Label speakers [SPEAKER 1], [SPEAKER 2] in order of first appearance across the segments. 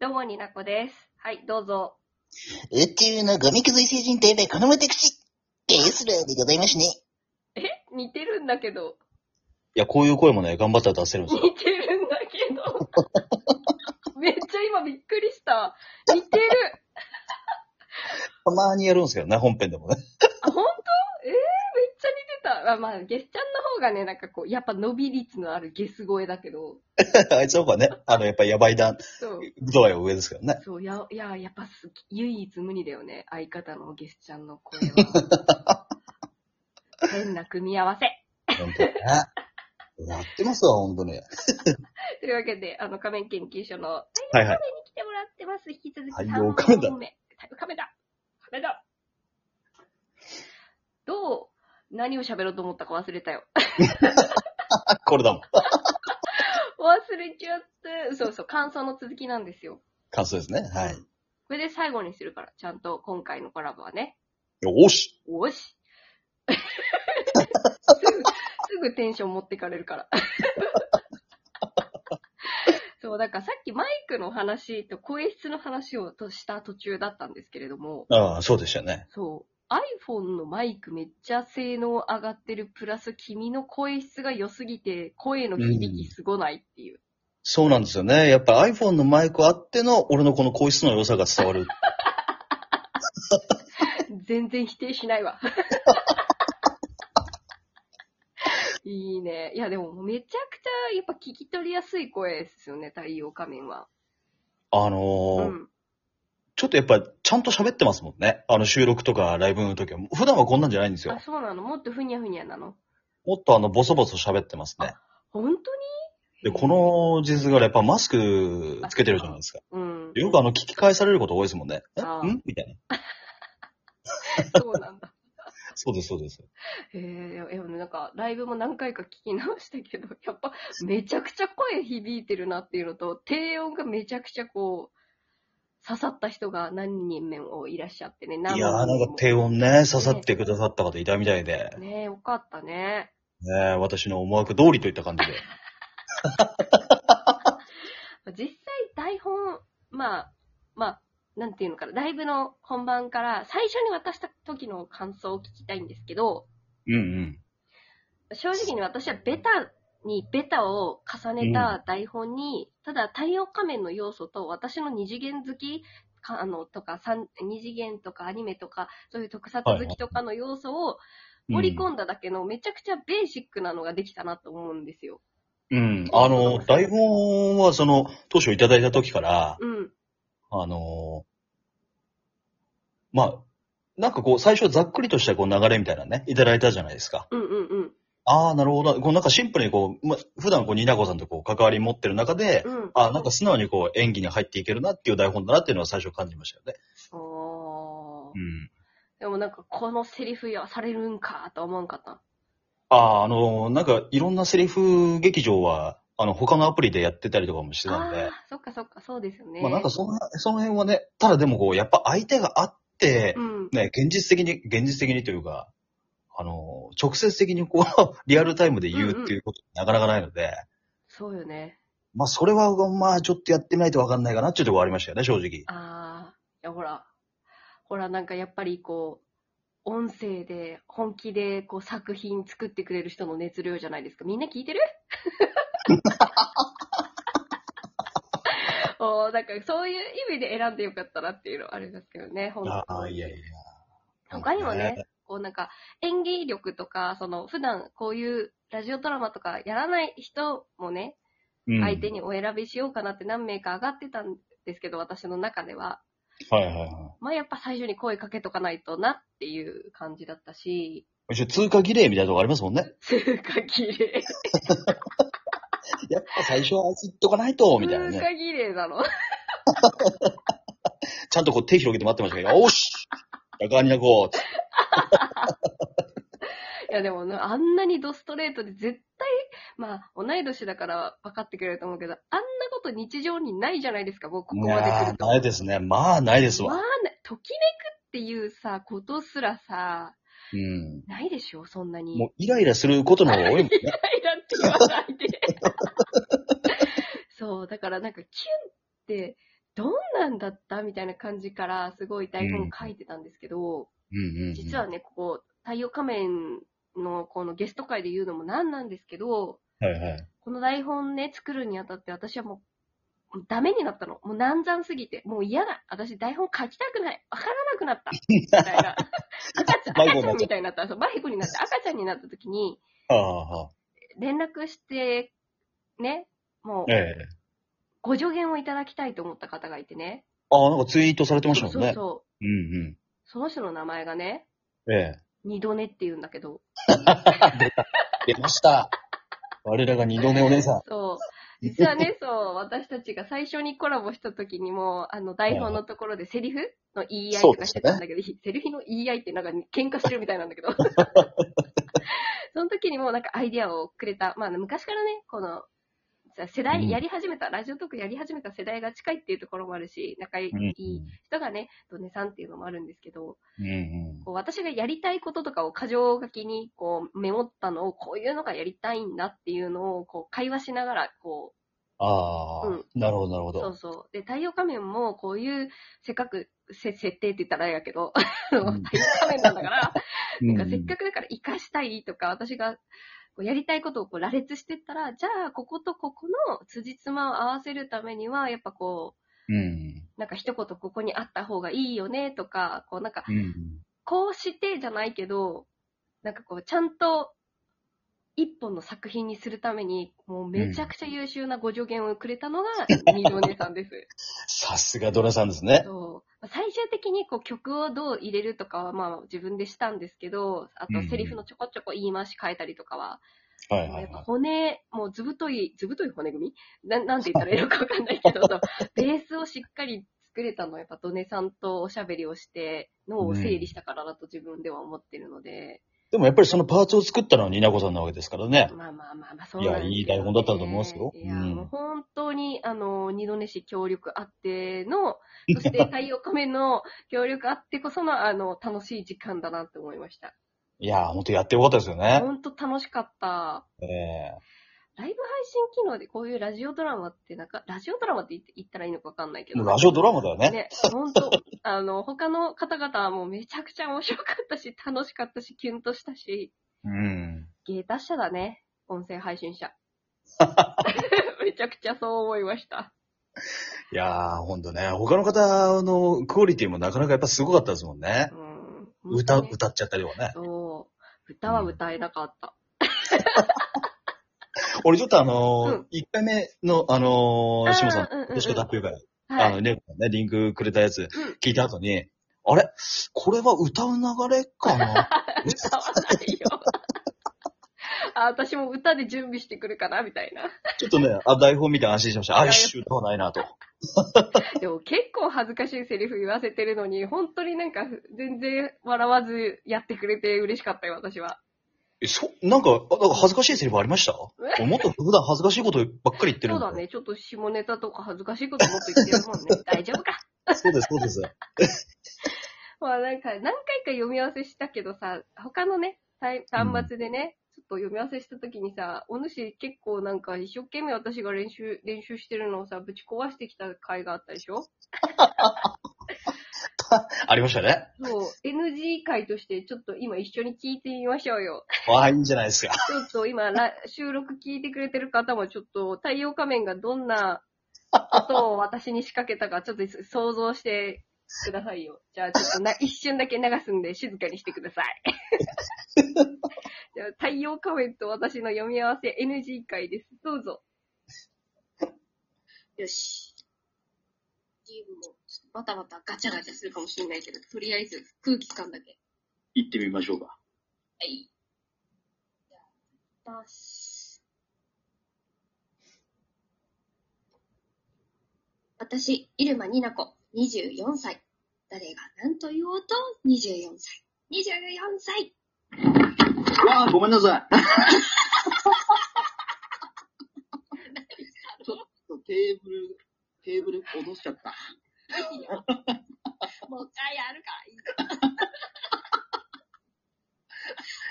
[SPEAKER 1] どうも、になこです。はい、どうぞ。
[SPEAKER 2] 宇宙のゴミくず異星人といえばこの私、ゲスラーでございますね。
[SPEAKER 1] 似てるんだけど。
[SPEAKER 2] いや、こういう声もね、頑張ったら出せるんです よ。
[SPEAKER 1] 似てるんだけ ど。めっちゃ今びっくりした。似てる。
[SPEAKER 2] たまにやるんですけどね、本編でもね。
[SPEAKER 1] あ、本当ええー、めっちゃ似てた。あまあ、ゲスちゃんの方がね、なんかこう、やっぱ伸び率のあるゲス声だけど。
[SPEAKER 2] あいつの方がね、あの、やっぱりやばいだ、
[SPEAKER 1] そう。
[SPEAKER 2] 度合いは上ですけどね。
[SPEAKER 1] そう、や、いや、やっぱす、唯一無二だよね。相方のゲスちゃんの声は。 変な組み合わせ。
[SPEAKER 2] 本当にね。 やってますわ、本当に。
[SPEAKER 1] というわけで、あの、仮面研究所の
[SPEAKER 2] はいはい。
[SPEAKER 1] 来てもらってます。引き続き
[SPEAKER 2] はい
[SPEAKER 1] 3
[SPEAKER 2] よ
[SPEAKER 1] 問目。は
[SPEAKER 2] カメだ
[SPEAKER 1] いカメだ。カメだ。どう何を喋ろうと思ったか忘れたよ。
[SPEAKER 2] あ、これだもん。
[SPEAKER 1] 忘れちゃって。そうそう、感想の続きなんですよ。
[SPEAKER 2] 感想ですね。はい。
[SPEAKER 1] これで最後にするから、ちゃんと今回のコラボはね。
[SPEAKER 2] よーし。
[SPEAKER 1] お し。すぐ、すぐテンション持ってかれるから。 そう、だからさっきマイクの話と声質の話をとした途中だったんですけれども、
[SPEAKER 2] ああ、そうでしたね。
[SPEAKER 1] そう。iPhone のマイクめっちゃ性能上がってる。プラス君の声質が良すぎて、声の響きすごないって いう。
[SPEAKER 2] そうなんですよね。やっぱ iPhone のマイクあっての、俺のこの声質の良さが伝わる。
[SPEAKER 1] 全然否定しない わ。いいね。いやでもめちゃくちゃやっぱ聞き取りやすい声ですよね、太陽仮面は。
[SPEAKER 2] あの
[SPEAKER 1] う
[SPEAKER 2] ー
[SPEAKER 1] ん。
[SPEAKER 2] ちょっとやっぱ、ちゃんと喋ってますもんね。あの、収録とかライブの時は。普段はこんなんじゃないんですよ
[SPEAKER 1] あ、。そうなのもっとふにゃふにゃなの
[SPEAKER 2] もっとあの、ボソボソ喋ってますね。
[SPEAKER 1] 本当
[SPEAKER 2] で、
[SPEAKER 1] に
[SPEAKER 2] こ、の事実がやっぱマスクつけてるじゃないですか。
[SPEAKER 1] うん。
[SPEAKER 2] よくあの、聞き返されること多いですもんね。え
[SPEAKER 1] あー
[SPEAKER 2] んみたいな。
[SPEAKER 1] そうなんだ。
[SPEAKER 2] そうです、そうです。
[SPEAKER 1] へえ、いやなんか、ライブも何回か聞き直したけど、 やっぱ、めちゃくちゃ声響いてるなっていうのと、低音がめちゃくちゃこう、刺さった人が何人もいらっしゃってね、何
[SPEAKER 2] いやー、なんか
[SPEAKER 1] も。
[SPEAKER 2] 低音ね、刺さってくださった方いたみたいで、
[SPEAKER 1] ねえ、よかったね。
[SPEAKER 2] ねえ私の思惑通りといった感じで。
[SPEAKER 1] 実際、台本、まあ、まあ、なんていうのかな、ライブの本番から最初に渡した時の感想を聞きたいんですけど、
[SPEAKER 2] うんうん。
[SPEAKER 1] 正直に私はベタにベタを重ねた台本に、ただ太陽仮面の要素と私の二次元好きかあのとか三二次元とかアニメとかそういう特撮好きとかの要素を盛り込んだだけの、めちゃくちゃベーシックなのができたなと思うんですよ。
[SPEAKER 2] うん。あの、台本はその、当初いただいた時から、
[SPEAKER 1] うん。
[SPEAKER 2] あのーまあ、なんかこう、最初ざっくりとしたこう流れみたいなのね、いただいたじゃないですか。
[SPEAKER 1] うんうんうん。
[SPEAKER 2] ああ、なるほど。こうなんかシンプルにこう、ま、普段こう、ニナコさんとこう、関わり持ってる中で、
[SPEAKER 1] うん。
[SPEAKER 2] あ、なんか素直にこう演技に入っていけるなっていう台本だなっていうのは最初感じましたよね。
[SPEAKER 1] おー
[SPEAKER 2] うん。
[SPEAKER 1] でもなんかこのセリフやされるんかとは思わんかった。
[SPEAKER 2] あー、あのーなんかいろんなセリフ劇場は、あの、他のアプリでやってたりとかもしてた
[SPEAKER 1] あ
[SPEAKER 2] んで、
[SPEAKER 1] あ、そっかそっか、そうですよね。
[SPEAKER 2] まあなんかその、その辺はね、ただでもこう、やっぱ相手があって
[SPEAKER 1] う、ん。
[SPEAKER 2] ね、現実的に、現実的にというか、あのー直接的にこう、 リアルタイムで言うっていうことなかなかないので、
[SPEAKER 1] そうよね。
[SPEAKER 2] まあそれは、まあちょっとやってみないとわかんないかなっていうところはありましたよね、正直。
[SPEAKER 1] ああ、いや、ほら、ほら、なんかやっぱりこう、音声で、本気で、こう、作品作ってくれる人の熱量じゃないですか。みんな聞いてる おーなんかそういう意味で選んでよかったなっていうのはありますけどね、本
[SPEAKER 2] あ
[SPEAKER 1] 当
[SPEAKER 2] あ、い
[SPEAKER 1] に。
[SPEAKER 2] やいや。
[SPEAKER 1] 他にもね、こうなんか演技力とか、その普段こういうラジオドラマとかやらない人もね、
[SPEAKER 2] うん、
[SPEAKER 1] 相手にお選びしようかなって何名か上がってたんですけど、私の中では。
[SPEAKER 2] はいはいはい。
[SPEAKER 1] まあやっぱ最初に声かけとかないとなっていう感じだったし、
[SPEAKER 2] 一応通過儀礼みたいなとこありますもんね。
[SPEAKER 1] 通過儀礼。
[SPEAKER 2] やっぱ最初はあいつ言っとかないと、みたいな
[SPEAKER 1] 通
[SPEAKER 2] ね。
[SPEAKER 1] 過儀礼なの。
[SPEAKER 2] ちゃんとこう手広げて待ってましたけ ど、おーし高になこう
[SPEAKER 1] いやでもね、あんなにドストレートで絶対、まあ同い年だから分かってくれると思うけど、あんなこと日常にないじゃないですか、僕ここ
[SPEAKER 2] い
[SPEAKER 1] まで来
[SPEAKER 2] や
[SPEAKER 1] る
[SPEAKER 2] ー、
[SPEAKER 1] と。
[SPEAKER 2] ないですね。まあ、ないです
[SPEAKER 1] まあ
[SPEAKER 2] わ。
[SPEAKER 1] ね、ときめくっていうさ、ことすらさ、
[SPEAKER 2] うん。
[SPEAKER 1] ないでしょ、そんなに。
[SPEAKER 2] もうイライラすることの方が多いもんね。
[SPEAKER 1] いだって言わないで。そう、だからなんかキュンってどんなんだったみたいな感じから、すごい台本を書いてたんですけど、
[SPEAKER 2] うんうんう ん。
[SPEAKER 1] 実はね、ここ、太陽仮面のこのゲスト会で言うのもなんなんですけど、
[SPEAKER 2] はいはい。
[SPEAKER 1] この台本ね、作るにあたって私はもう、もうダメになったの。もう難産すぎて。もう嫌だ。私台本書きたくない。わからなくなった。みたい な。赤ちゃん、
[SPEAKER 2] 迷子
[SPEAKER 1] 赤ち
[SPEAKER 2] に
[SPEAKER 1] ゃん
[SPEAKER 2] なっちゃ
[SPEAKER 1] みたいになった。そう、迷子になって、赤ちゃんになった時に、
[SPEAKER 2] ああ、
[SPEAKER 1] 連絡して、ね、もう、
[SPEAKER 2] ええ。
[SPEAKER 1] ご助言をいただきたいと思った方がいてね。
[SPEAKER 2] ああ、なんかツイートされてました
[SPEAKER 1] そ
[SPEAKER 2] も
[SPEAKER 1] うんそうそ
[SPEAKER 2] ね。うんう
[SPEAKER 1] う。その人の名前がね、
[SPEAKER 2] ん。ええ。
[SPEAKER 1] 二度寝って言うんだけど。
[SPEAKER 2] 出ました。我らが二度目お姉さん。
[SPEAKER 1] そう。実はね、そう、私たちが最初にコラボした時にも、あの、台本のとこ ろでセリフの言い合いとかしてたんだけど、セリフの言い合いってなんか喧嘩してるみたいなん だけど。その時にもなんかアイディアをくれた、まあ昔からね、この、さ世
[SPEAKER 2] うん
[SPEAKER 1] 代やり始めた、ラジオトークやり始めた世代が近いっていうところもあるし、仲い
[SPEAKER 2] うん
[SPEAKER 1] い人がね、ドネさんっていうのもあるんですけど、
[SPEAKER 2] うんうん。
[SPEAKER 1] こう私がやりたいこととかを箇条書きにこうメモったのをこういうのがやりたいんだっていうのをこう会話しながらこ
[SPEAKER 2] ああ、
[SPEAKER 1] うん
[SPEAKER 2] なるほど、なるほ
[SPEAKER 1] うそう
[SPEAKER 2] ど。
[SPEAKER 1] そうで太陽仮面もこういうせっかくせ設定って言ったらあれやけど 太
[SPEAKER 2] う
[SPEAKER 1] 陽
[SPEAKER 2] ん
[SPEAKER 1] 仮面なんだから
[SPEAKER 2] う
[SPEAKER 1] なんかせっ
[SPEAKER 2] ん
[SPEAKER 1] かくだから活かしたいとか私がこうやりたいことをこう羅列してったらじゃあこことここの辻褄を合わせるためにはやっぱこ
[SPEAKER 2] うん。
[SPEAKER 1] うなんか一言ここにあった方がいいよねとかこうなんか
[SPEAKER 2] うん。
[SPEAKER 1] こうしてじゃないけど、なんかこう、ちゃんと一本の作品にするために、もうめちゃくちゃ優秀なご助言をくれたのが、二度寝さんです。
[SPEAKER 2] さすがドラさんですね。
[SPEAKER 1] そう最終的にこう曲をどう入れるとかは、まあ自分でしたんですけど、あ
[SPEAKER 2] う
[SPEAKER 1] と
[SPEAKER 2] ん
[SPEAKER 1] セリフのちょこちょこ言い回し変えたりとかは、
[SPEAKER 2] はい
[SPEAKER 1] や
[SPEAKER 2] はい
[SPEAKER 1] っぱ
[SPEAKER 2] はい。
[SPEAKER 1] 骨、もうずぶとい、ずぶとい骨組みななんて言ったらいいのかわかんないけど、そうベースをしっかり作れたのは、やっぱドネさんとおしゃべりをして、脳を整理したからだと自分では思ってるので、
[SPEAKER 2] でもやっぱりそのパーツを作ったのはニナコさんなわけですからね。
[SPEAKER 1] まあまあまあまあ、そう
[SPEAKER 2] い
[SPEAKER 1] なん
[SPEAKER 2] や
[SPEAKER 1] ですよ、ね。
[SPEAKER 2] いい台本だったと思いますよ
[SPEAKER 1] いや、
[SPEAKER 2] うん
[SPEAKER 1] もう本当に、あの、二度寝し協力あって の、そして太陽仮面の 協力あってこその、あの、楽しい時間だなって思いました。
[SPEAKER 2] いやー、ほんとやってよかったですよね。
[SPEAKER 1] 本当楽しかった。
[SPEAKER 2] ええ
[SPEAKER 1] ライブ配信機能でこういうラジオドラマって、なんか、ラジオドラマって言って言ったらいいのかわかんないけど。
[SPEAKER 2] ラジオドラマだよね。
[SPEAKER 1] ね、本当あの、他の方々はもうめちゃくちゃ面白かったし、楽しかったし、キュンとしたし、
[SPEAKER 2] うん。
[SPEAKER 1] 芸達者だね、音声配 信者。めちゃくちゃそう思いました。
[SPEAKER 2] いやー、ほんとね、他の方のクオリティもなかなかやっぱすごかったですもんね。
[SPEAKER 1] うん、
[SPEAKER 2] 歌、
[SPEAKER 1] 本当ね
[SPEAKER 2] 歌っちゃったりはね。
[SPEAKER 1] そう。歌は歌えなかった。
[SPEAKER 2] 俺ちょっとあの
[SPEAKER 1] う
[SPEAKER 2] ー、一1回目の、あのー、
[SPEAKER 1] あー
[SPEAKER 2] しもさん、
[SPEAKER 1] うんうんうん
[SPEAKER 2] よしこタップから、
[SPEAKER 1] は
[SPEAKER 2] あの、
[SPEAKER 1] い。
[SPEAKER 2] ね、ね、リンクくれたやつ、聞いた後に、あれこれは歌う流れか な
[SPEAKER 1] 歌わないよ。 あ、私も歌で準備してくるかな、みたいな。
[SPEAKER 2] ちょっとね、あ台本見て安心しました。あ、一周歌わないなと。
[SPEAKER 1] でも結構恥ずかしいセリフ言わせてるのに、本当になんか全然笑わずやってくれて嬉しかったよ、私は。
[SPEAKER 2] え、そ、なんか、あなんか恥ずかしいセリフありました俺もっと普段恥ずかしいことばっかり言ってる
[SPEAKER 1] そ
[SPEAKER 2] ん
[SPEAKER 1] うだね、ちょっと下ネタとか恥ずかしいこともっと言ってるもん ね。大丈夫か。
[SPEAKER 2] そうです、そうです。
[SPEAKER 1] まあなんか何回か読み合わせしたけどさ、他のね、端端末でね、ちょっと読み合わせした時にさ、お主結構なんか一生懸命私が練習、練習してるのをさ、ぶち壊してきた回があったでしょ
[SPEAKER 2] ありまし たね。
[SPEAKER 1] そう、NG 回としてちょっと今一緒に聞いてみましょうよ。
[SPEAKER 2] わあ、いいんじゃないですか。
[SPEAKER 1] ちょっと今、ら収録聞いてくれてる方もちょっと太陽仮面がどんなことを私に仕掛けたかちょっと想像してくださいよ。じゃあちょっとな 一瞬だけ流すんで静かにしてください。 じゃあ太陽仮面と私の読み合わせ NG 回です。どうぞ。よし。ゲームもバタバタガチャガチャするかもしれないけど、とりあえず空気感だけ。
[SPEAKER 2] 行ってみましょうか。
[SPEAKER 1] はい。じゃあ、出す。私、入間になこ、24歳。誰が何と言おうと、24歳。24歳
[SPEAKER 2] わあ、ごめんなさい。
[SPEAKER 3] ちょっとテーブル、テーブル戻しちゃった。
[SPEAKER 1] いいよ。もう一回やるからいいから。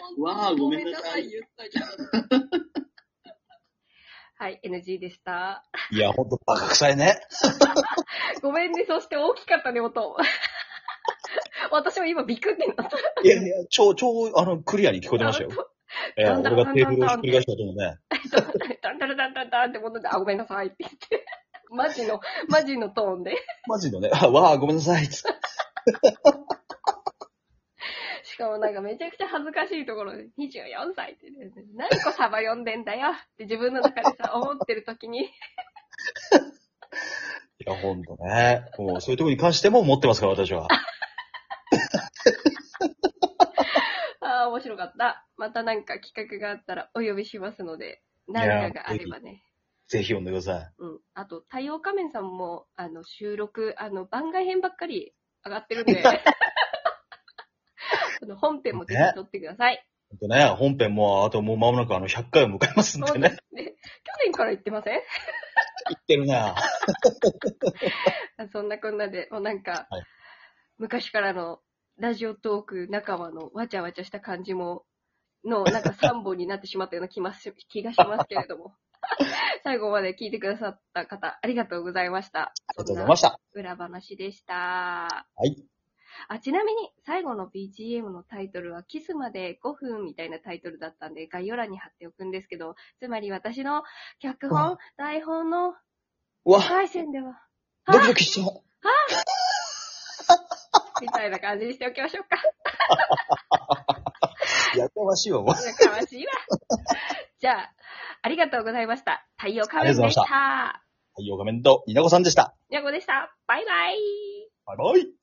[SPEAKER 1] 本当に
[SPEAKER 3] わあごめんなさい
[SPEAKER 1] 言ったけど。はい、NG でした。
[SPEAKER 2] いや、ほんと、バカ臭いね。
[SPEAKER 1] ごめんね、そして大きかったね、音。 私も今ビクってなった。
[SPEAKER 2] いやいや、超、超、あの、クリアに聞こえてましたよ。 ええ
[SPEAKER 1] だんだん
[SPEAKER 2] 俺がテーブルをひっくり返したともね。
[SPEAKER 1] ダンダラダンダンダンってことで、あ、ごめんなさいって言って。マジの、マジのトーンで。
[SPEAKER 2] マジのね、 あわあ、ごめんなさいっつって。
[SPEAKER 1] しかもなんかめちゃくちゃ恥ずかしいところで、24歳って、ね、何個サバ読んでんだよって自分の中でさ、思ってる時に、
[SPEAKER 2] いや、ほんとね。もう、そういうとこに関しても持ってますから、私 は。
[SPEAKER 1] ああ、面白かった。またなんか企画があったらお呼びしますので、何かがあればね。
[SPEAKER 2] ぜひ読んでください。
[SPEAKER 1] うん。あと、太陽仮面さんも、あの、収録、あの、番外編ばっかり上がってるん で、その本編もぜひ撮ってください。
[SPEAKER 2] ほんとね、本編も、あともう間もなくあの、100回を迎えますん
[SPEAKER 1] そう
[SPEAKER 2] で
[SPEAKER 1] で
[SPEAKER 2] ね。
[SPEAKER 1] すね。 去年から言ってません
[SPEAKER 2] 言ってるな。
[SPEAKER 1] あそんなこんなで、もうなんか、
[SPEAKER 2] はい
[SPEAKER 1] 昔からのラジオトーク仲間のわちゃわちゃした感じも、の、なんか3本になってしまったような気まし気がします けれども。 最後まで聞いてくださった方、ありがとうございました。
[SPEAKER 2] ありがとうございました。
[SPEAKER 1] 裏話でした。
[SPEAKER 2] はい。
[SPEAKER 1] あ、ちなみに、最後の BGM のタイトルは、キスまで5分みたいなタイトルだったんで、概要欄に貼っておくんですけど、つまり私の脚
[SPEAKER 2] う
[SPEAKER 1] 本、台本 の
[SPEAKER 2] うわ、
[SPEAKER 1] 回線では、
[SPEAKER 2] ドキドキしちゃう。
[SPEAKER 1] みたいな感じにしておきましょうか。
[SPEAKER 2] やかましいわ、もう。
[SPEAKER 1] やかましいわ。じゃあ、ありがとうございました。太陽仮面でした。
[SPEAKER 2] 太陽画面と稲子さんでした。
[SPEAKER 1] にゃこでした。バイバイ。
[SPEAKER 2] バイバイ。